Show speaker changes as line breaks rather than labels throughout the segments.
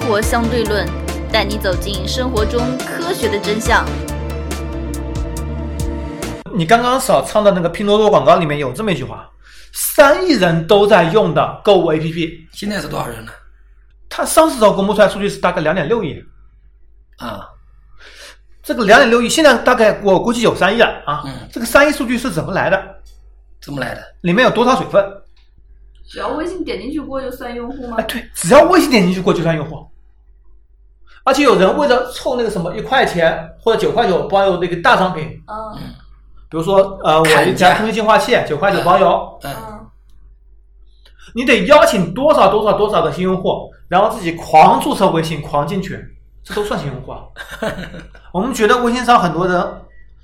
活相对论》，带你走进生活中科学的真相。
你刚刚所唱的那个拼多多广告里面有这么一句话：三亿人都在用的购物 APP，
现在是多少人呢？
它上市时候公布出来数据是大概两点六亿，
啊，
这个两点六亿现在大概我估计有三亿了啊。
嗯
这个三亿数据是怎么来的？
怎么来的？
里面有多少水分？
只要微信点进去过就算用户吗
哎，？对，只要微信点进去过就算用户。而且有人为了凑那个什么一块钱或者九块九包邮的一个大商品，
嗯
比如说呃，我一
砍价
家空气净化器九块九包邮，
嗯，
嗯
你得邀请多少多少多少个新用户，然后自己狂注册微信，狂进群，这都算新用户 啊。我们觉得微信上很多人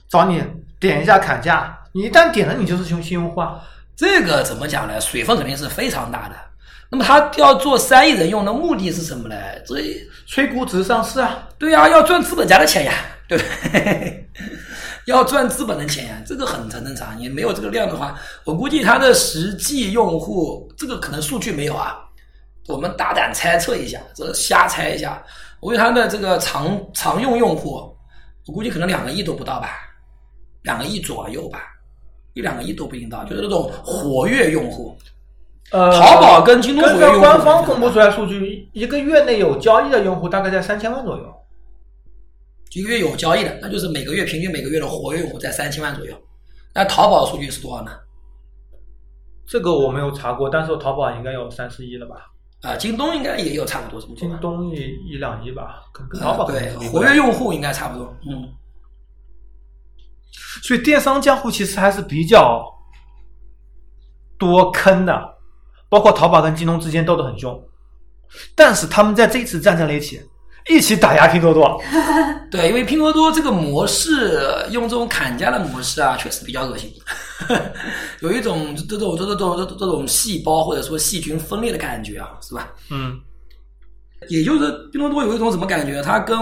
找你点一下砍价，你一旦点了，你就是新新用户啊。
这个怎么讲呢？水分肯定是非常大的。那么他要做三亿人用的目的是什么呢？这
吹估值上市啊，
对呀、要赚资本家的钱呀，对不对？ 要赚资本的钱呀，这个很很正常。你没有这个量的话，我估计它的实际用户，这个可能数据没有啊。我们大胆猜测一下，这瞎猜一下，我估计它的这个常常用用户，我估计可能两个亿都不到吧，两个亿左右吧，一两个亿都不一定到，就是那种活跃用户。
呃，
淘宝跟京东
根
活跃用
据
户
官方公布出来数据，一个月内有交易的用户大概在三千万左右。
一个月有交易的，那就是每个月平均每个月的活跃用户在三千万左右。那淘宝数据是多少呢？
这个我没有查过，但是我淘宝应该有三四亿了吧？
啊，京东应该也有差不多这么多
京
吧。
东一一两亿吧，跟跟
嗯
淘宝肯定
对
是比不
活
了
跃用户应该差不多。嗯，
所以电商江湖其实还是比较多坑的，包括淘宝跟京东之间斗得很凶，但是他们在这一次战争了一起，一起打压拼多多。
对，因为拼多多这个模式用这种砍价的模式啊，确实比较恶心， 有一种这种这种这种这种这种细胞或者说细菌分裂的感觉啊，是吧？
嗯，
也就是拼多多有一种什么感觉？它跟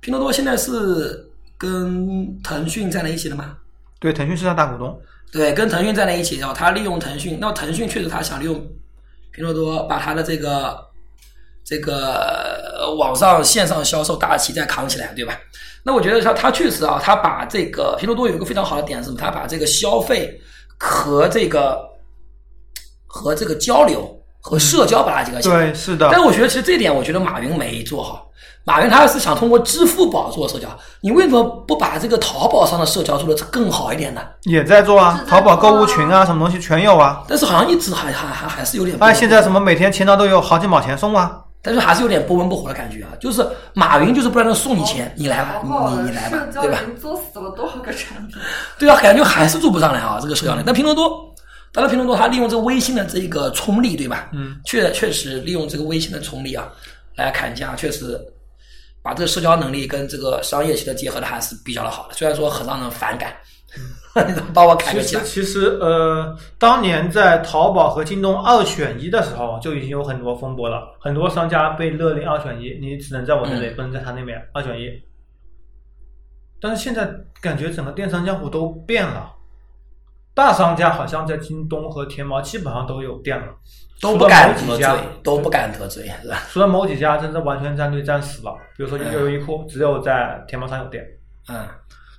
拼多多现在是跟腾讯站在一起的吗？
对，腾讯是他大股东。
对，跟腾讯站在一起，然后他利用腾讯，那腾讯确实他想利用拼多多把他的这个这个呃网上线上销售大旗再扛起来，对吧？那我觉得他他确实啊，他把这个拼多多有一个非常好的点是什么？他把这个消费和这个和这个交流和社交把它结合起来。
对，啊是的
但。我觉得其实这一点，我觉得马云没做好。马云他是想通过支付宝做社交，你为什么不把这个淘宝上的社交做得更好一点呢？
也在做
是，
啊
在做
淘
啊
宝购物群啊，什么东西全有啊。
但是好像一直还还还还是有点不
哎，现在什么每天签到都有好几毛钱送啊。
但是还是有点不温不火的感觉啊。就是马云就是不让人送你
哦
钱，你来吧，
淘宝
你你
的
你来吧
社，交
对吧？
已经作死了多少个产品？
对啊，感觉还是做不上来啊，这个社交量。但拼多多，当然拼多多它利用这个微信的这个冲力，对吧？
嗯，
确确实利用这个微信的冲力啊，来砍价，确实把这个社交能力跟这个商业性的结合的还是比较的好的。虽然说很让人反感， 把我砍
其
个价
实，其实呃，当年在淘宝和京东二选一的时候，就已经有很多风波了，很多商家被勒令二选一，你只能在我这
嗯
里，不能在他那边二选一。但是现在感觉整个电商江湖都变了，大商家好像在京东和天猫基本上都有店了，
都不敢
除了某
得
几
罪
家，
都不敢得罪，啊是吧？
除了某几家真的完全站队站死了，比如说优衣库只有在天猫上有店，
嗯。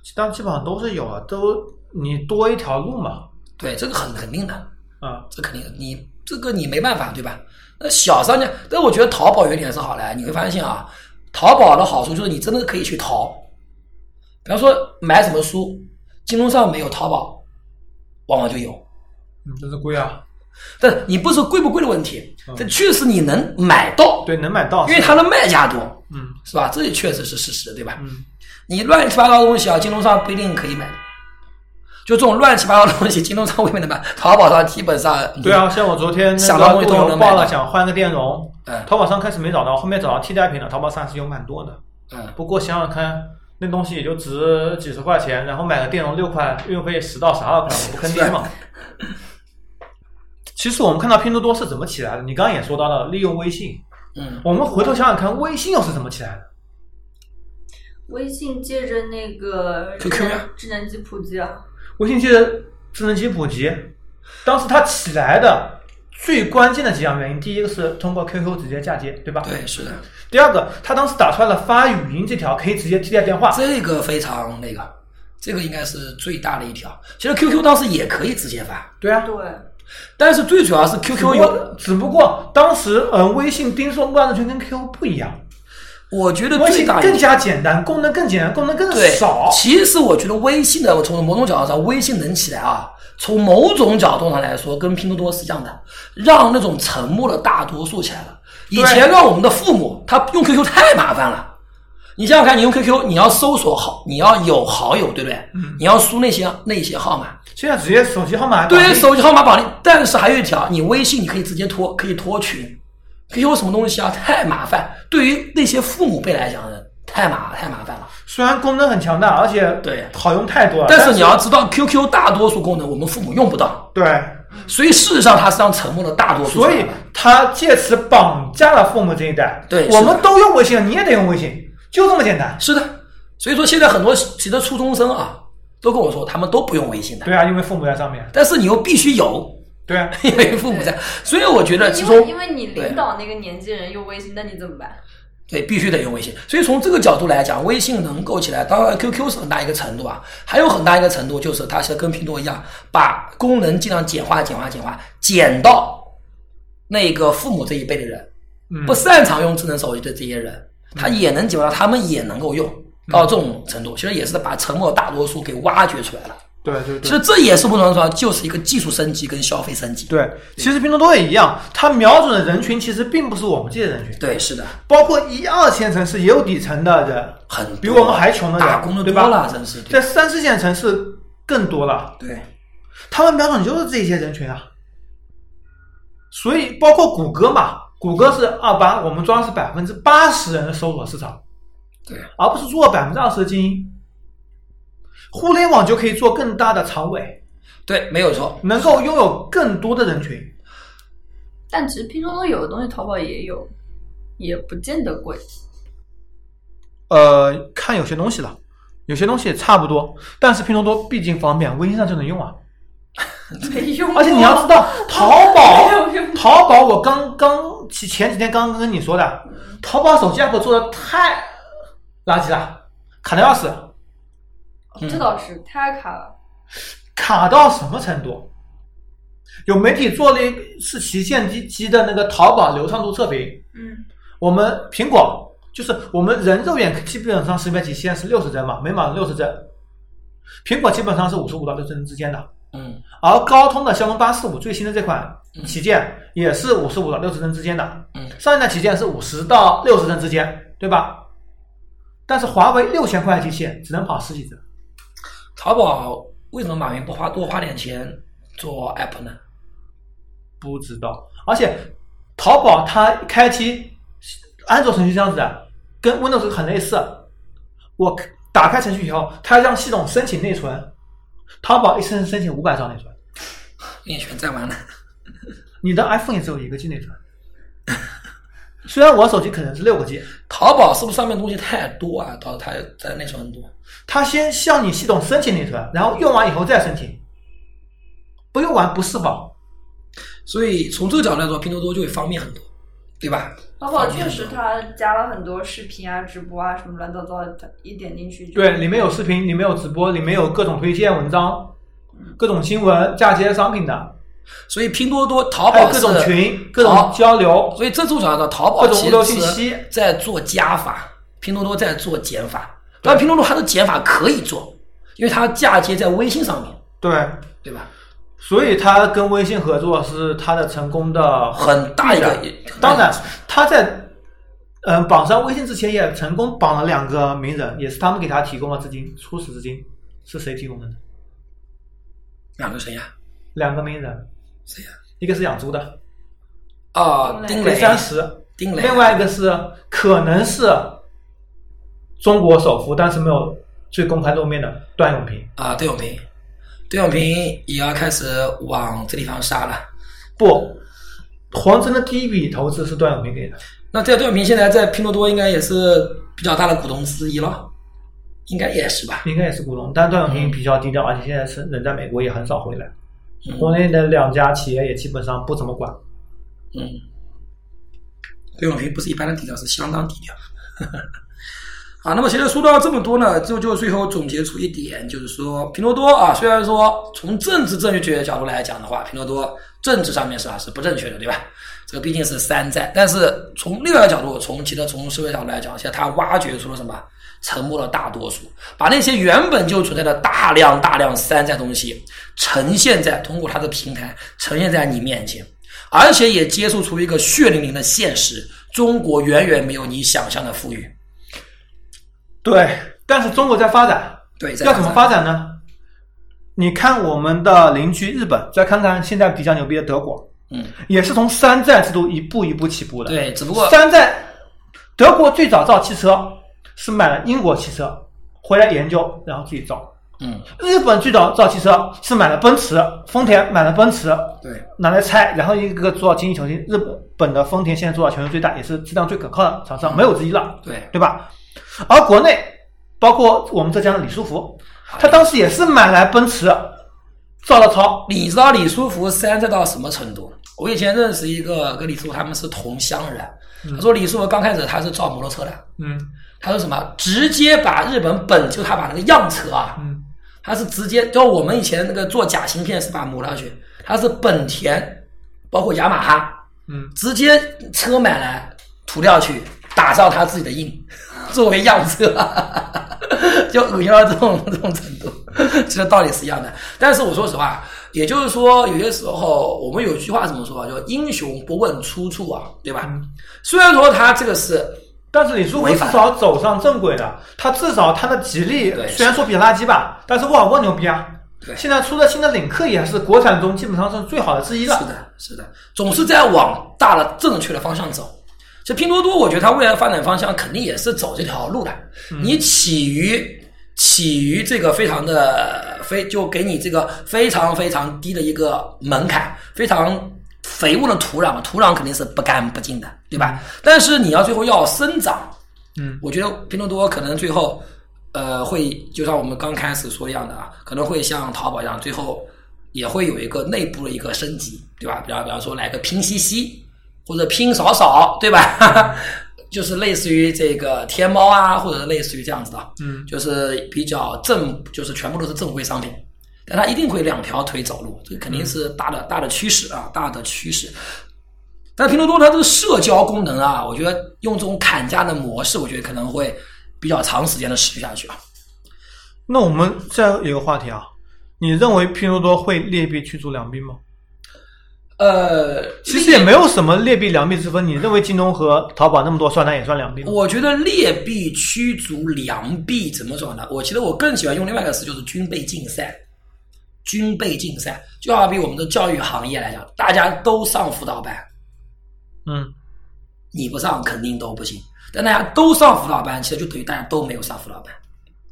其他基本上都是有啊，都你多一条路嘛，
对，这个很肯定的，
啊、
这肯定的你这个你没办法，对吧？那小商家，但我觉得淘宝有一点是好的，你会发现啊，淘宝的好处就是你真的可以去淘，比方说买什么书，京东上没有，淘宝往往就有。
嗯，真是贵啊。
但你不是贵不贵的问题
嗯，
这确实你能买到，
对，能买到，
因为它的卖家多，
嗯
是吧？这也确实是事实，对吧？
嗯，
你乱七八糟的东西啊，京东上不一定可以买。就这种乱七八糟的东西，京东上未免能买，淘宝上基本上
对，啊，像我昨天那
想到
个
东西
路
都
由
能
爆
买
了，
到
想换个电容，
嗯
淘宝上开始没找到，后面找到替代品了，淘宝上还是有蛮多的。
嗯，
不过想想看，那东西也就值几十块钱，然后买个电容六块，运费十到十二块，我不坑爹 嘛。其实我们看到拼多多是怎么起来的，你刚刚也说到了，利用微信。
嗯，
我们回头想想看，微信又是怎么起来的？
微信借着那个
QQ
智能
呀
智能机普及啊，
微信借着智能机普及，当时它起来的最关键的几样原因，第一个是通过 QQ 直接嫁接，对吧？
对，是的，
第二个，他当时打出来了发语音这条可以直接替代电话，
这个非常那个，这个应该是最大的一条。其实 QQ 当时也可以直接发，
对啊，
对，
但是最主要是
只不
QQ 有，
过只不过当时嗯、呃微信盯说莫安的群跟 QQ 不一样，
我觉得
微
最
信
大
更
的。
加简单，功能更简单，功能更
对
少，。
其实我觉得微信的，从某种角度上，微信能起来啊，从某种角度上来说，跟拼多多是一样的，让那种沉默的大多数起来了。以前让我们的父母，他用 QQ 太麻烦了。你想想看，你用 QQ，你要搜索好，你要有好友，对不对？
嗯
你要输那些那些号码，
现在直接手机号码
对，
手
手机号码绑定，但是还有一条，你微信你可以直接拖，可以拖群。QQ 什么东西啊？太麻烦，对于那些父母辈来讲，太麻太麻烦了。
虽然功能很强大，而且
对
好用太多了，
但是你要知道，QQ 大多数功能我们父母用不到，
对，
所以事实上它是让沉默了大多数
所
人
以
的。
他借此绑架了父母这一代。
对
我
是
们
的
都用微信了，你也得用微信，就这么简单。
是的，所以说现在很多其实初中生啊，都跟我说他们都不用微信的，
对啊，因为父母在上面。
但是你又必须有，
对啊，
因为父母在，所以我觉得其
因
中
为因为你领导那个年纪人用微信，那你怎么办？
对，必须得用微信。所以从这个角度来讲，微信能够起来，当然 QQ 是很大一个程度啊，还有很大一个程度就是它是跟拼多多一样，把功能尽量简化、简化、简化，减到那个父母这一辈的人，
嗯
不擅长用智能手机的这些人，他也能解决到，他们也能够用
嗯
到这种程度，其实也是把沉默大多数给挖掘出来了。
对对
其实
对。
这也是不能说就是一个技术升级跟消费升级。
对，其实拼多多也一样，它瞄准的人群其实并不是我们这些人群，
对，是的，
包括一二线城市也有底层的人，
很多
比我们还穷的人
打工的
对
多
吧
了，真是
在三四线城市更多了。
对。
他们瞄准就是这些人群啊。所以包括谷歌嘛，谷歌是二八，我们抓的是百分之八十人的搜索市场，
对，
而不是做百分之二十的精英。互联网就可以做更大的长尾，
对，没有错。
能够拥有更多的人群。
但其实拼多多有的东西淘宝也有，也不见得 贵。
呃，看有些东西了，有些东西也差不多，但是拼多多毕竟方便，微信上就能用啊。
没用 过
而且你要知 道，淘宝
没有用，
淘宝，我刚刚前前几天刚刚跟你说的，淘宝手机 app 做的太垃圾了，卡的要死，
嗯
这倒是太卡了。
卡到什么程度？有媒体做了一个是旗舰机机的那个淘宝流畅度测评，
嗯，
我们苹果就是我们人肉眼基本上识别极限是六十帧嘛，每秒六十帧，苹果基本上是五十五到六十帧之间的，
嗯
而高通的骁龙八四五最新的这款旗舰也是五十五到六十帧之间的，
嗯
上一代旗舰是五十到六十帧之间，对吧？但是华为六千块的机器只能跑十几帧，，
淘宝为什么马云不花多花点钱做 app 呢？
不知道。而且淘宝它开机，安卓程序是这样子的，跟 Windows 很类似。我打开程序以后，它让系统申请内存，淘宝一次申请五百兆内存，
练拳在玩呢。
你的 iPhone 也只有一个 G 内存。虽然我手机可能是六个 G，
淘宝是不是上面东西太多啊？导致它在内存很多。
他先向你系统申请内存，然后用完以后再申请，不用完不是宝。
所以从这个角度来说，拼多多就会方便很多，对吧？
淘宝确实它加了很多视频啊、直播啊什么乱七八糟的，它一点进去就
对，里面有视频，里面有直播，里面有各种推荐文章，各种新闻、嫁接商品的，
所以拼多多、淘
还有
宝
各
是
种群、各种交流。
所以这种角度上，淘宝
各种物流
其实
信息
在做加法，拼多多在做减法。但拼多多它的减法可以做，因为它嫁接在微信上面，
对，
对吧？
所以他跟微信合作是他的成功的
很大一个
必然当然，他在嗯绑上微信之前也成功绑了两个名人，也是他们给他提供了资金，初始资金是谁提供的呢？
两个谁呀、
两个名人，
谁呀、
一个是养猪的，
啊？
丁
丁
给
磊，
三十。
丁磊，啊
另外一个是可能是中国首富，但是没有最公开露面的段永平。
啊，邓永平，邓永平也要开始往这地方杀了。
不，黄峥的第一笔投资是段永平给的，
那这邓永平现在在拼多多应该也是比较大的股东之一了，应该也是吧？
应该也是股东，但段永平比较低调，而且现在是人在美国也很少回来，
嗯
国内的两家企业也基本上不怎么管。
嗯，对网评不是一般的低调，是相当低调。 啊，那么前面说到这么多呢，就就最后总结出一点，就是说拼多多啊，虽然说从政治正确角度来讲的话，拼多多政治上面是啊是不正确的，对吧？这个毕竟是山寨，但是从另外一个角度，从其他从社会角度来讲，现在它挖掘出了什么？沉默了大多数，把那些原本就存在的大量大量山寨东西呈现在通过它的平台呈现在你面前，而且也接触出一个血淋淋的现实：中国远远没有你想象的富裕。
对，但是中国在发展，
对，在
要怎么发展呢？你看我们的邻居日本，再看看现在比较牛逼的德国，
嗯，
也是从山寨制度一步一步起步的。，
对，只不过
山寨，德国最早造汽车是买了英国汽车回来研究，然后自己造。
嗯，
日本最早造汽车是买了奔驰、丰田，买了奔驰
对，
拿来拆，然后一个个做到精益求精。日本的丰田现在做到全球最大，也是质量最可靠的厂商，没有之一了，
对，
对吧？而国内，包括我们浙江的李书福，他当时也是买来奔驰，造了槽，
你知道李书福山寨到什么程度？我以前认识一个跟李书福他们是同乡人，他说李书福刚开始他是造摩托车的，
嗯
他说什么直接把日本本就他把那个样车啊，
嗯，
他是直接就我们以前那个做假芯片是把它抹上去，他是本田，包括雅马哈，
嗯，
直接车买来涂料去打造他自己的印，作为样车， 就恶心到这种这种程度， 其实道理是一样的。但是我说实话，也就是说，有些时候我们有句话怎么说啊？叫英雄不问出处啊，对吧？
嗯
虽然说他这个是
但是李书福
违
至
法
少走上正轨了，他至少他的吉利
对
虽然说比垃圾吧，但是沃尔沃牛逼啊
对！
现在出的新的领克也是国产中基本上是最好的之一了
是。的，是的，总是在往大了正确的方向走。这拼多多，我觉得它未来发展方向肯定也是走这条路的。你起于起于这个非常的非，就给你这个非常非常低的一个门槛，非常肥沃的土壤嘛，土壤肯定是不干不净的，对吧？但是你要最后要生长，
嗯
我觉得拼多多可能最后，呃，会就像我们刚开始说一样的啊，可能会像淘宝一样，最后也会有一个内部的一个升级，对吧？比方比方说来个拼夕夕或者拼少少，对吧？ 就是类似于这个天猫啊，或者是类似于这样子的啊，
嗯
就是比较正，就是全部都是正规商品。但它一定会两条腿走路，这个肯定
嗯
是大的大的趋势啊，大的趋势。但拼多多它这个社交功能啊，我觉得用这种砍价的模式，我觉得可能会比较长时间的持续下去啊。
那我们再有一个话题啊，你认为拼多多会劣币驱逐良币吗？
呃，
其实也没有什么劣币良币之分。你认为京东和淘宝那么多算，它也算良币吗？
我觉得劣币驱逐良币怎么说呢？我其实我更喜欢用另外一个词，就是军备竞赛。军备竞赛就好比我们的教育行业来讲，大家都上辅导班，
嗯
你不上肯定都不行。但大家都上辅导班，其实就等于大家都没有上辅导班。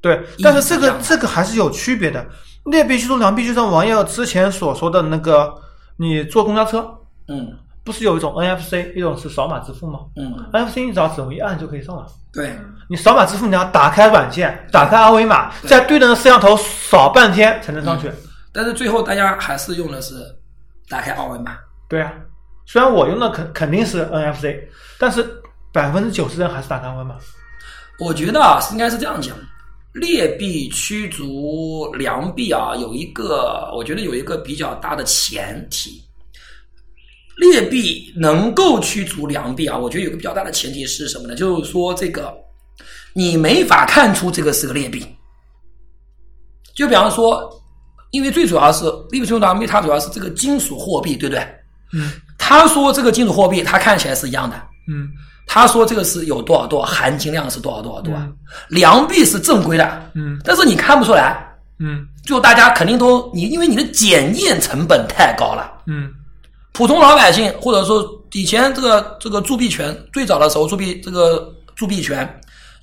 对，
意义
但是这
不一
个
样
这个还是有区别的。劣币驱逐良币，就像王耀之前所说的那个，你坐公交车
嗯
不是有一种 NFC，一种是扫码支付吗
嗯，
？NFC 你只要手一按就可以上了。
对
你扫码支付，你要打开软件，打开二维码，
对
在对着嗯那摄像头扫半天才能上去。
但是最后大家还是用的是打开二维码。
对啊，虽然我用的肯肯定是 NFC，但是百分之九十人还是打开二维码。
我觉得啊，是应该是这样讲，劣币驱逐良币啊，有一个我觉得有一个比较大的前提，劣币能够驱逐良币啊，我觉得有个比较大的前提是什么呢？就是说这个你没法看出这个是个劣币，就比方说，因为最主要是劣币驱逐良币，它主要是这个金属货币，对不对？
嗯
他说这个金属货币，它看起来是一样的，
嗯
他说这个是有多少多少含金量是多少多少多少
嗯，
良币是正规的，
嗯
但是你看不出来，
嗯
就大家肯定都你因为你的检验成本太高了，
嗯
普通老百姓或者说以前这个这个铸币权最早的时候铸币这个铸币权，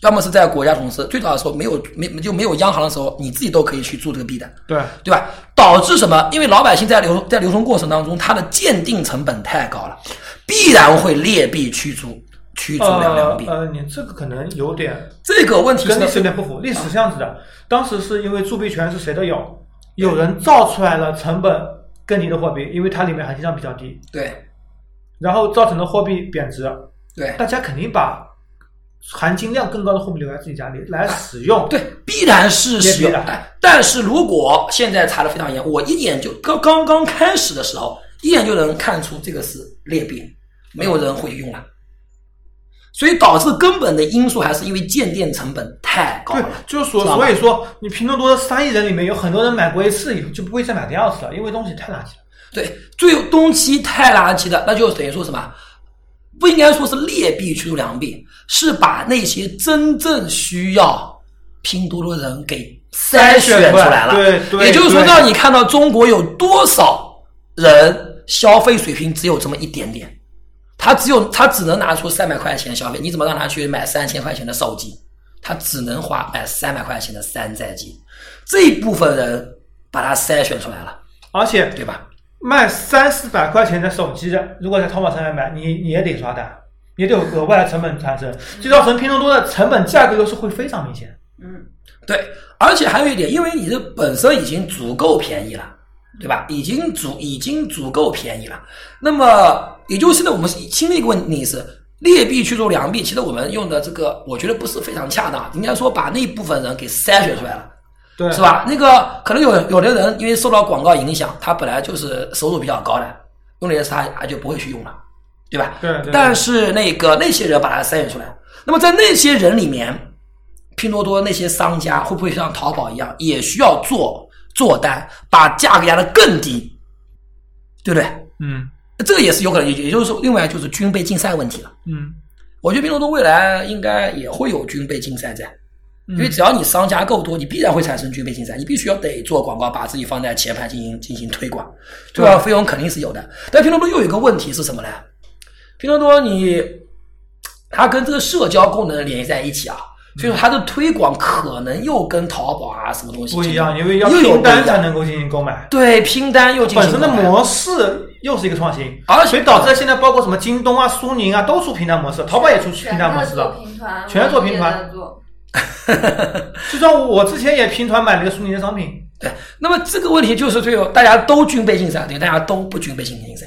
要么是在国家公司最早的时候没有没就没有央行的时候，你自己都可以去铸这个币的，
对，
对吧？导致什么？因为老百姓在流在流通过程当中，它的鉴定成本太高了，必然会劣币驱逐驱逐良
呃
良币。
呃，你这个可能有点
这个问题
跟历史有
是
点不符。历史是这样子的，当时是因为铸币权是谁都有，有人造出来了成本更低的货币，因为它里面含金量比较低，
对
然后造成的货币贬值，
对
大家肯定把含金量更高的货币留在自己家里来使用。
对，必然是使用
也必然
哎但是如果现在查的非常严，我一眼就刚刚刚开始的时候，一眼就能看出这个是劣币，没有人会去用了。所以导致根本的因素还是因为建店成本太高
对
了。，
就是所
知道吧
所以说，你拼多多的三亿人里面有很多人买过一次以后就不会再买第二次了，因为东西太垃圾了。
对，最东西太垃圾的，那就等于说什么？不应该说是劣币驱逐良币，是把那些真正需要拼多多的人给筛选出来了。
对对
也就是说，
对
让你看到中国有多少人消费水平只有这么一点点，他只有他只能拿出三百块钱消费，你怎么让他去买三千块钱的手机？他只能花买三百块钱的山寨机，这一部分人把他筛选出来了，
而且
对吧？
卖三四百块钱的手机的，如果在淘宝上面买，你你也得刷单，也得有额外的成本产生，就造成拼多多的成本价格优势会非常明显。
嗯，
对，而且还有一点，因为你这本身已经足够便宜了，对吧？已经足已经足够便宜了。那么也就是现在我们经历一个问题是劣币驱逐良币，其实我们用的这个我觉得不是非常恰当，应该说把那部分人给筛选出来了。
对，
是？吧？那个可能有有的人因为受到广告影响，他本来就是收入比较高的，用的人他他就不会去用了，对吧？
对对对
但是那个那些人把它筛选出来，那么在那些人里面，拼多多那些商家会不会像淘宝一样，也需要做做单，把价格压得更低，对不对？
嗯
这个也是有可能，也也就是说，另外就是军备竞赛问题了。
嗯，
我觉得拼多多未来应该也会有军备竞赛在。
因
因为只要你商家够多，你必然会产生军备竞赛，你必须要得做广告，把自己放在前排进行进行推广，
嗯
推广费用肯定是有的。但拼多多又有一个问题是什么呢？拼多多你它跟这个社交功能联系在一起啊，所
嗯
以说它的推广可能又跟淘宝啊什么东西
不一样，因为要
又有
拼单
不一样
才能够进行购买，
对拼单又进行
本身的
购买
模式又是一个创新，
而且
所以导致了现在包括什么京东啊、苏宁啊都出平台模式，淘宝也出平台模式
做
了。
拼团，
全在做拼团
我们也在做
就算我之前也平团买了一个苏宁的商品，
对，那么这个问题就是最后大家都军备竞赛，对，大家都不军备竞赛。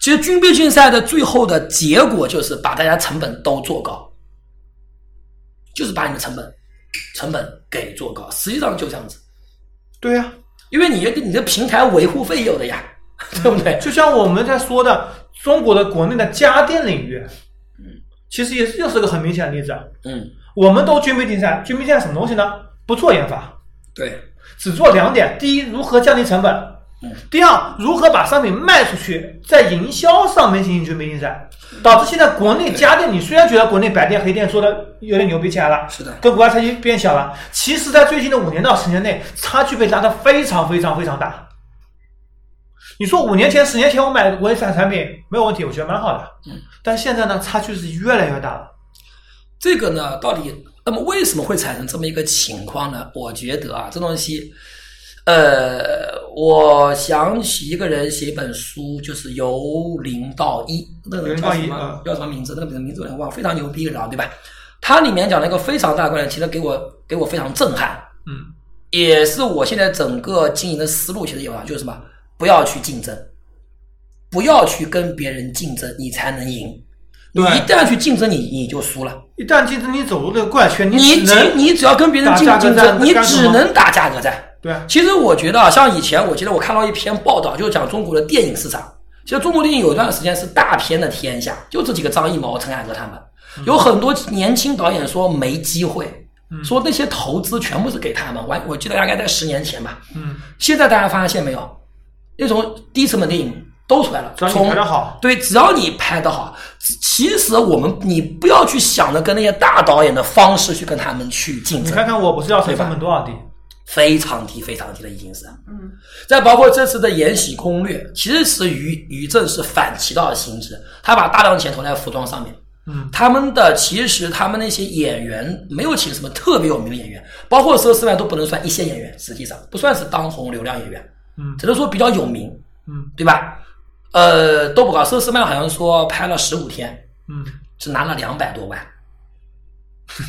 其实军备竞赛的最后的结果就是把大家成本都做高，就是把你的成本成本给做高，实际上就这样子，
对呀、
因为你你的平台维护费有的呀，对不对？
就像我们在说的，中国的国内的家电领域，嗯其实也是又是个很明显的例子。啊
嗯，
我们都军备竞赛，军备竞赛什么东西呢？不做研发，
对，
只做两点：第一，如何降低成本；
嗯
第二，如何把商品卖出去，在营销上面进行军备竞赛，导致现在国内家电，你虽然觉得国内白店黑店做的有点牛逼起来了，
是的
跟国外差距变小了，其实，在最近的五年到十年内，差距被拉得非常非常非常大。你说五年前、十年前我买国产产品没有问题，我觉得蛮好的，
嗯，
但现在呢，差距是越来越大了。
这个呢，到底那么为什么会产生这么一个情况呢？我觉得啊，这东西，呃，我想起一个人写一本书，就是由零到一，那个人叫什
由零到一
么
啊
叫什么名字？那个名字我有点忘了，非常牛逼的人啊，对吧？它里面讲了一个非常大的观点，其实给我给我非常震撼，
嗯，
也是我现在整个经营的思路，其实有啊，就是什么，不要去竞争，不要去跟别人竞争，你才能赢。你
对
一旦去竞争你，你就输了。
一旦竞争你走入这个怪圈，
你
只能
只你只要跟别人竞
打价
竞
格
争，
战
你
干什么
只能打价格战。
对啊，
其实我觉得啊，像以前我记得我看到一篇报道，就是讲中国的电影市场。其实中国电影有一段时间是大片的天下，就这几个张艺谋、陈凯歌他
嗯
们，有很多年轻导演说没机会，说那些投资全部是给他们。我我记得大概在十年前吧。
嗯，
现在大家发现没有，那种低成本电影都出来了，
只要你
从
拍得好
对，只要你拍得好，其其实我们你不要去想着跟那些大导演的方式去跟他们去竞
你
争，
看看我不知道谁
对吧
成本多少低，
非常低，非常低的已经是。
嗯，
再包括这次的《延禧攻略》，其实是于于正是反其道而行之，他把大量钱投在服装上面。
嗯，
他们的其实他们那些演员没有请什么特别有名的演员，包括佘诗曼都不能算一线演员，实际上不算是当红流量演员，
嗯
只能说比较有名，
嗯
对吧？呃，都不高，佘诗曼好像说拍了十五天，
嗯，
只拿了两百多万，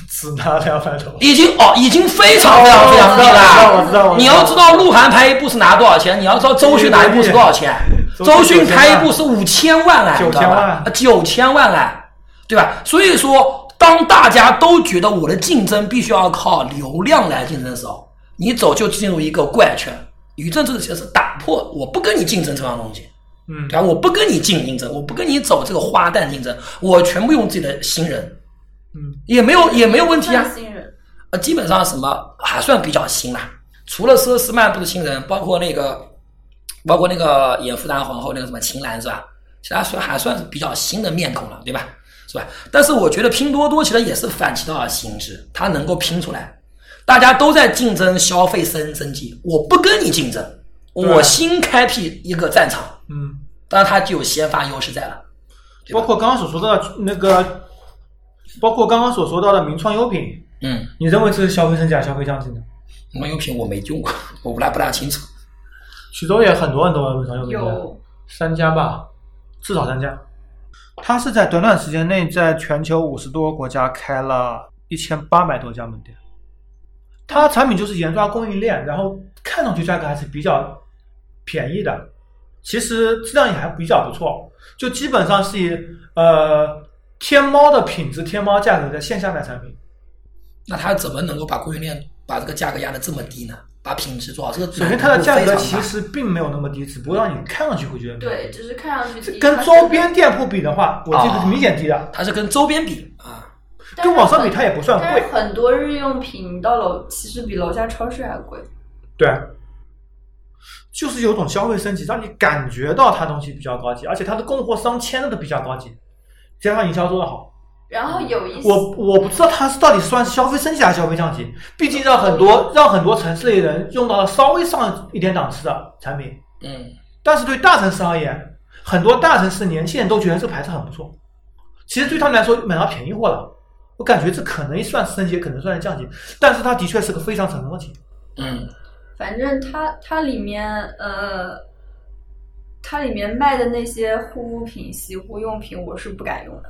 只拿两百多。
已经哦，已经非常非常非常
我
低
知道我知道我知
了
道。
你要知道，鹿晗拍一部是拿多少钱？你要知道周迅拿一部是多少钱？
周
周
迅
迅
9000
拍一部是五千万啊，
9000
你知道吧
万
呃九千万啊！对吧？所以说，当大家都觉得我的竞争必须要靠流量来竞争的时候，你早就进入一个怪圈。于正这个其实是打破，我不跟你竞争这样东西，
嗯
对吧？我不跟你竞竞争，我不跟你走这个花旦竞争，我全部用自己的新人，
嗯
也没有也没有问题啊。
算新人，
呃，基本上什么还算比较新啦，除了佘诗曼不是新人，包括那个，包括那个演富察皇后那个什么秦岚是吧？其他算还算是比较新的面孔了，对吧？是吧？但是我觉得拼多多其实也是反其道而行之，它能够拼出来，大家都在竞争消费升升级，我不跟你竞争，
对啊
我新开辟一个战场，
嗯，
当然它就有先发优势在了。对吧
包括刚刚所说到的那个，包括刚刚所说到的名创优品，
嗯，
你认为这是消费真假、消费降级呢？
那优品我没用过， 我不大不大清楚。
徐州也很多很多名创优品店，
有
三家吧，至少三家。它是在短短时间内，在全球五十多个国家开了一千八百多家门店。它的产品就是研发供应链，然后看上去价格还是比较便宜的，其实质量也还比较不错，就基本上是以呃天猫的品质、天猫价格在线下卖产品。
那它怎么能够把供应链把这个价格压得这么低呢？把品质做好，这个
首先，它的价
难度
格
非常
其
大
实并没有那么低，只不过让你看上去会觉得低
对，只是看上去
跟周边，店铺比的话，我这个是明显低的。
它是跟周边比啊，
但是
跟网上比，它也不算
但
贵
是。很多日用品到楼其实比楼下超市还贵。
对，就是有种消费升级，让你感觉到它东西比较高级，而且它的供货商签的都比较高级，加上营销做得好。
然后有一些
我我不知道它是到底算消费升级还是消费降级，毕竟让很多让很多城市里人用到了稍微上一点档次的产品，
嗯，
但是对大城市而言，很多大城市年轻人都觉得这个牌子很不错，其实对他们来说买到便宜货了。我感觉这可能算是升级，也可能算是降级，但是它的确是个非常成功的体验。
嗯，
反正它它里面呃，它里面卖的那些护肤品、洗护用品，我是不敢用的。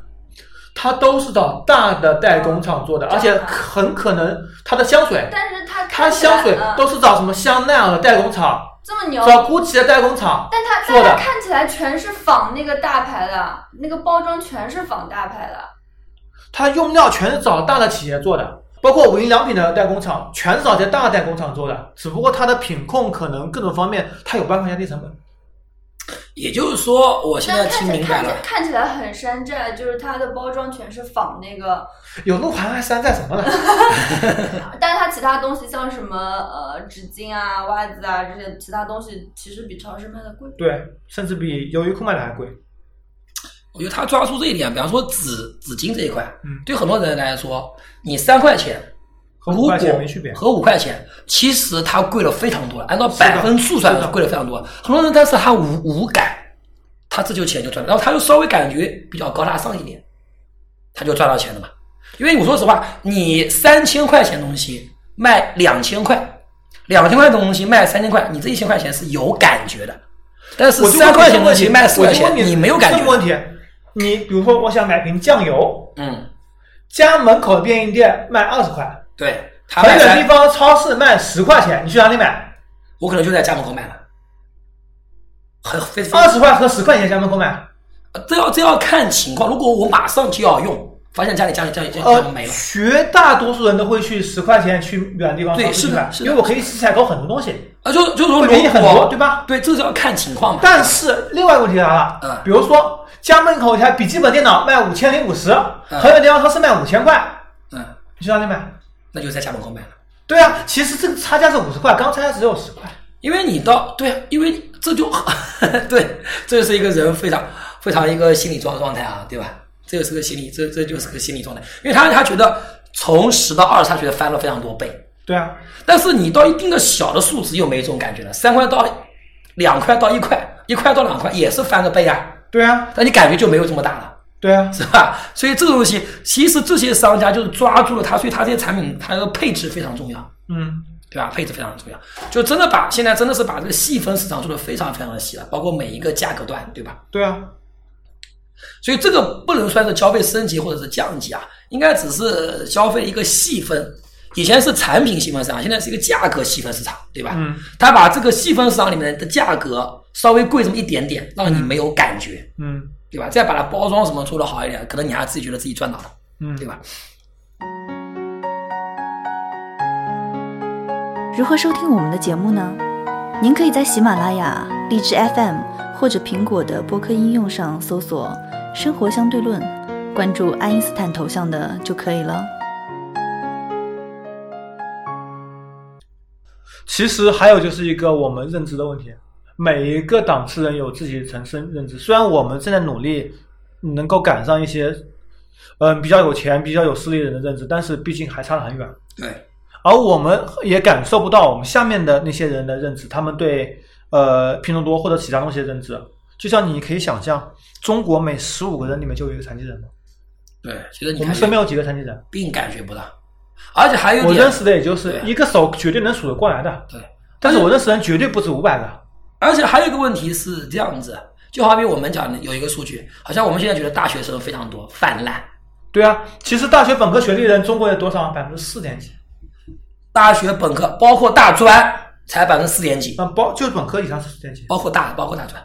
它都是找大的代工厂做的，
啊
而且很可能它的香水，
但是它
它
看起来
香水
嗯
呃
都是找什么香奈儿的代工厂，
这么牛，
找 GUCCI 的代工厂。
但它
做
但
的
它看起来全是仿那个大牌的，那个包装全是仿大牌的。
它用料全是找大的企业做的，包括无印良品的代工厂，全是找这些大的代工厂做的。只不过它的品控可能各种方面，它有办法压低成本。
也就是说，我现在
但看
听
起来
明白
看起
了
来，看起来很山寨，就是它的包装全是仿那个，
有路环还山寨什么呢？
但是它其他东西像什么呃纸巾啊、袜子啊这些其他东西，其实比超市卖的贵。
对，甚至比优衣库卖的还贵。
我觉得他抓住这一点，比方说纸纸巾这一块，
嗯
对很多人来说，你三块钱
和五块钱没区别
如果和五块钱，其实它贵了非常多了。按照
的
百分数算
是，的
贵了非常多。很多人但是他无无感，他这就钱就赚了，然后他就稍微感觉比较高大上一点，他就赚到钱了嘛。因为我说实话，你三千块钱东西卖两千块，两千块东西卖三千块，你这一千块钱是有感觉的。但是
我就问
三块钱
这个
东
问
西
题
卖四
我
块
就
钱
问，你
你没有感
这个问
觉。
题，你比如说我想买瓶酱油，
嗯，
家门口便利店卖二十块，
对，他
很
卖
远的地
啊三，
方超市卖十块钱，你去哪里买？
我可能就在家门口买了，很非常
二十块和十块钱家门口买，
这要这要看情况。如果我马上就要用，发现家里家里家里家里
呃
没，了，
绝大多数人都会去十块钱去远的地方
对
超市
是
去
的
买，
是的
因为我可以采购很多东西，
啊，就就是说
会便宜很
如果
多，对吧？
对，这是要看情况嘛。
但是另外一个问题来了，
嗯
比如说家门口一台笔记本电脑卖五千零五十，
嗯
很远地方超市卖五千块，
嗯，
你去哪里买？
那就在家门口买了，
对啊，其实这个差价是五十块，刚刚差价只有十块。
因为你到对啊，因为这就 对，这就是一个人非常非常一个心理状状态啊，对吧？这就是个心理，这这就是个心理状态，因为他他觉得从十到二十，他觉得翻了非常多倍，
对啊，
但是你到一定的小的数值又没这种感觉了，三块到两块到一块，一块到两块也是翻个倍啊，
对啊，
但你感觉就没有这么大了。
对啊，
是吧？所以这个东西，其实这些商家就是抓住了它，所以它这些产品它的配置非常重要，
嗯，
对吧？配置非常重要，就真的把现在真的是把这个细分市场做的非常非常的细了，包括每一个价格段，对吧？
对啊，
所以这个不能算是消费升级或者是降级啊，应该只是消费一个细分。以前是产品细分市场，现在是一个价格细分市场，对吧？
嗯，
他把这个细分市场里面的价格稍微贵这么一点点，让你没有感觉。
嗯，
对吧？再把它包装什么做得好一点，可能你还自己觉得自己赚到了，
嗯，
对吧？
如何收听我们的节目呢？您可以在喜马拉雅、荔枝 FM 或者苹果的播客应用上搜索“生活相对论”，关注爱因斯坦头像的就可以了。
其实还有就是一个我们认知的问题，每一个档次人有自己层次认知。虽然我们正在努力能够赶上一些，嗯、比较有钱、比较有势力人的认知，但是毕竟还差得很远。
对，
而我们也感受不到我们下面的那些人的认知，他们对呃拼多多或者其他东西的认知。就像你可以想象，中国每十五个人里面就有一个残疾人嘛，
对，其实你
我们
感
身
觉
边有几个残疾人？
并感觉不到，而且还有一
我
点
认，识的也就是一个手绝对能数得过来的，
对，
但是我认识人绝对不止五百个。
而且还有一个问题是这样子，就好比我们讲的有一个数据，好像我们现在觉得大学生非常多，泛滥。
对啊，其实大学本科学历的人，中国有多少？百分之四点几？
大学本科包括大专才百分之四点几，
那包就是本科以上是四点几，
包括大包括大专，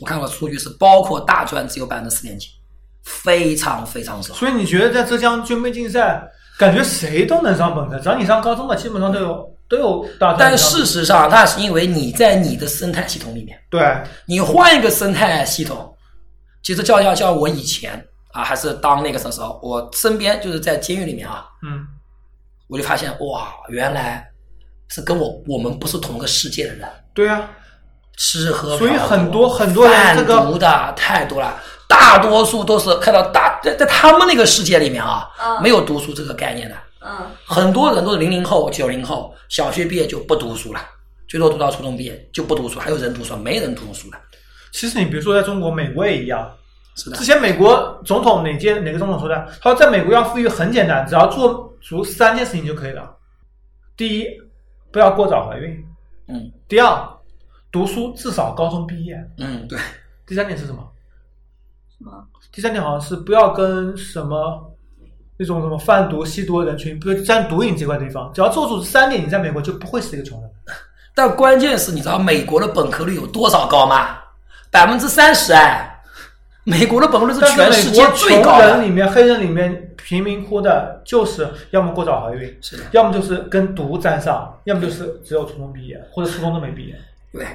我看过数据是包括大专只有百分之四点几，非常非常少。
所以你觉得在浙江军备竞赛，感觉谁都能上本科，只要你上高中的，基本上都有都有大专以上。
但事实上，那是因为你在你的生态系统里面，
对，
你换一个生态系统，其实叫叫叫我以前啊，还是当那个什么时候，我身边就是在监狱里面啊，
嗯，
我就发现哇，原来是跟我我们不是同个世界的人，
对啊，
吃喝
所以
嫖赌
很多很多人
贩
这个
毒的太多了，大多数都是看到大在在他们那个世界里面啊，
嗯
没有读书这个概念的，
嗯
很多人都是零零后、九零后，小学毕业就不读书了，最多读到初中毕业就不读书，还有人读书，没人读书了，
其实你比如说在中国，美国也一样。
是的
之，前美国总统哪届哪个总统说的？他说在美国要富裕很简单，只要做足三件事情就可以了。第一，不要过早怀孕；
嗯
第二，读书至少高中毕业；
嗯，对，
第三点是什么？
什么？
第三点好像是不要跟什么那种什么贩毒、吸毒的人群，不是沾毒瘾这块地方。只要做足这三点，你在美国就不会是一个穷人。
但关键是，你知道美国的本科率有多少高吗？百分之三十哎，美国的本科率
但
全
是
世
美国
界
穷
最高
人
的。
里面、黑人里面、贫民窟的，就是要么过早怀孕，
是的，
要么就是跟毒沾上，要么就是只有初中毕业或者初中都没毕业。
对，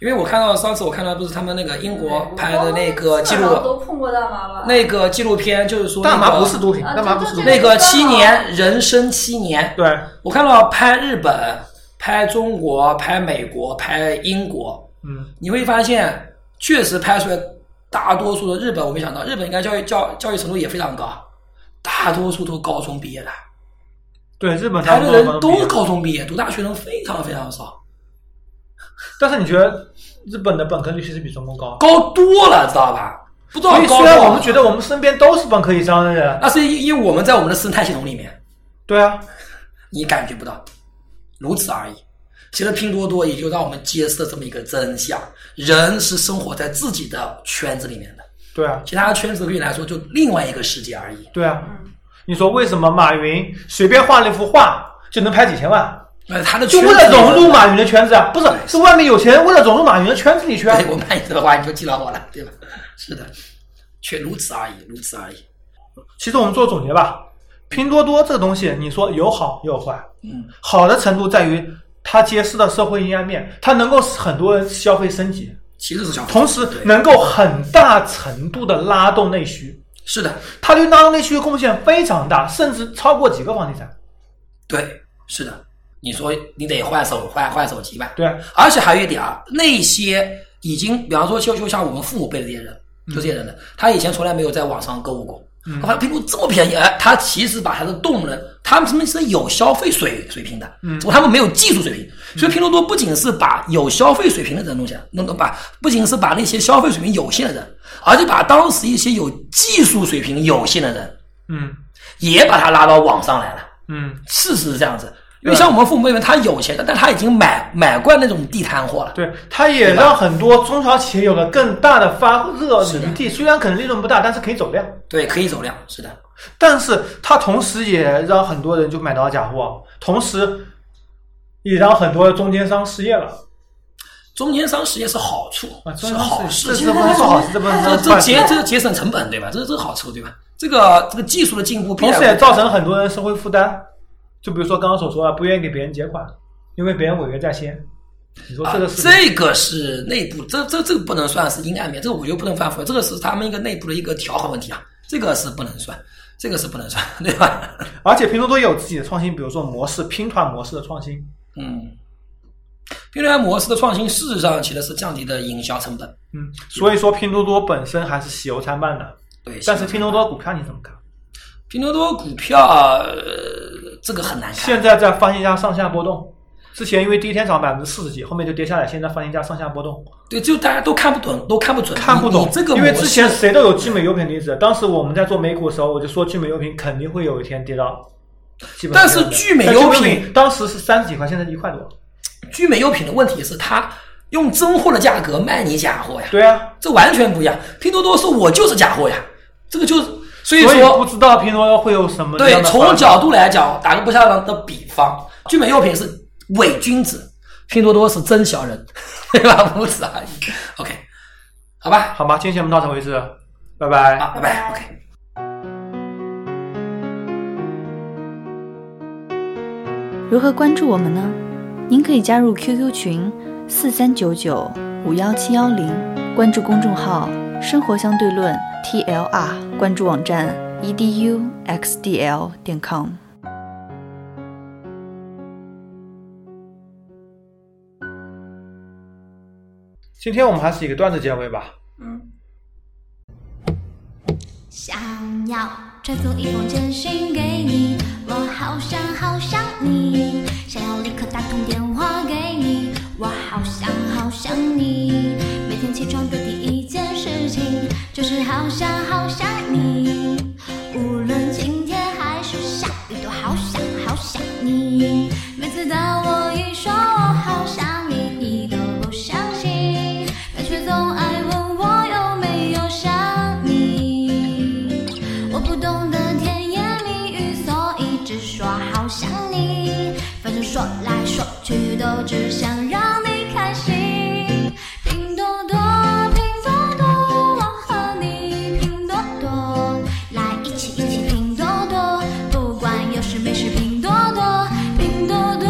因为我看到上次我看到不是他们那个英国拍的那个纪
基本上
录啊
都碰过大麻吧？
那个纪录片，就是说、
大麻不是毒品，
啊
大麻不是毒品。
对
那个七年人生七年，
对，
我看到拍日本、拍中国、拍美国、拍英国，
嗯，
你会发现确实拍出来大多数的日本，我没想到日本应该教育教教育程度也非常高，大多数都高中毕业的。
对，日本差
台
不
湾
多
人都是
高中毕业
高中毕业，读大学人非常非常少，
但是你觉得日本的本科率其实比中国高？
高多了，知道吧？不知道
所以
高啊
虽
多
然
少
我们觉得我们身边都是本科以上的人，
那是因为我们在我们的生态系统里面，
对啊，
你感觉不到，如此而已。其实拼多多也就让我们揭示了这么一个真相：人是生活在自己的圈子里面的，
对啊，
其他的圈子对你来说就另外一个世界而已。
对啊。
嗯
你说为什么马云随便画了一幅画就能拍几千万？
那他的
就
圈
为了
子
融入马云的圈子啊？不是，是外面有钱人为了融入马云的圈子里去啊。
对我卖你这个话，你就记牢我了，对吧？是的，却如此而已，如此而已。
其实我们做总结吧，拼多多这个东西，你说有好也有坏，
嗯，
好的程度在于它揭示了社会阴暗面，它能够使很多人消费升级，
其实是小
同时
对
能够很大程度的拉动内需，
是的，
它对拉动内需的贡献非常大，甚至超过几个房地产。
对，是的。你说你得换手换换手机吧？
对，
而且还有一点啊，那些已经，比方说就就像我们父母辈的这些人，就这些人的，他以前从来没有在网上购物过，他发现拼多多这么便宜，哎，他其实把他的动能，他们是是有消费水水平的，
嗯
只不过他们没有技术水平，所以拼多多不仅是把有消费水平的人弄下，弄个把，不仅是把那些消费水平有限的人，而且把当时一些有技术水平有限的人，
嗯
也把他拉到网上来了。
嗯，
事实是这样子，因为像我们父母辈，他有钱的，但他已经买买惯那种地摊货了。
对，它也
对吧
让很多中小企业有了更大的发热
是的
余地，虽然可能利润不大，但是可以走量。
对，可以走量，是的，
但是它同时也让很多人就买到假货，同时也让很多中间商失业了。
中间商实验是好处
啊，，中
是
央
好
是
事
这
情
这。不能说好事，这不能
这
说
这
坏事
节。这个节省成本对吧？这是这个好处对吧？这个这个技术的进步必
同
然
时
会，
也造成很多人社会负担，就比如说刚刚所说的，不愿意给别人结款，因为别人违约在先。你说
啊
这个，是、
这个是内部，这这这个不能算是阴暗面，这个我觉得不能犯法，这个是他们一个内部的一个调和问题啊，这个是不能算，这个是不能算，对吧？
而且拼多多也有自己的创新，比如说模式拼团模式的创新。
嗯，拼团模式的创新，事实上其实是降低的营销成本。
嗯，所以说拼多多本身还是喜忧参半的。
对，
但是拼多多股票你怎么看？
拼多多股票、呃这个很难看，
现在在发行价上下波动，之前因为第一天涨百分之四十几，后面就跌下来，现在发行价上下波动，
对，就大家都看不懂，都看不准，
看不
你
懂
你。这个
因为
模
之
式
前谁都有聚美优品的例子，当时我们在做美股的时候，我就说聚美优品肯定会有一天跌到基本上
但
没有的。
是聚美
但
优
聚
品
当时是三十几块，现在一块多。
聚美优品的问题是它用真货的价格卖你假货呀，
对啊，
这完全不一样。拼多多说我就是假货呀，这个就是所以
所以不
说
知道拼多多会有什么样
对
的反
从
应
角度来讲，打个不恰当的比方，聚美优品是伪君子，拼多多是真小人， 对吧？无此而已。OK，好吧，啊
好吧，今天节目到此为止，拜拜。
好，拜拜。OK。
如何关注我们呢？您可以加入 QQ 群四三九九五幺七幺零，关注公众号“生活相对论 ”TLR，关注网站 E eduxdl 点 com。
今天我们还是以一个段子结尾吧。
嗯，
想要揣作一封简讯给你，我好想好想你；想要立刻打通电话给你，我好想好想你。每天起床的第一件事情就是好想好想你，无论晴天还是下雨，都好想好想你。每次当我一说我好想你，你都不相信，但却总爱问我有没有想你。我不懂得甜言蜜语，所以只说好想你。反正说来说去都只想让你开心。拼多多，拼多多，我和你拼多多，来一起一起拼多多，不管有事没事拼多多，拼多多，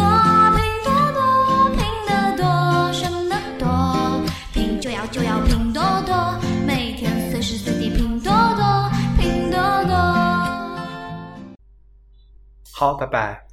拼多多，拼得多，省得多，拼就要就要拼多多，每天随时随地拼多多，拼多多。
好，拜拜。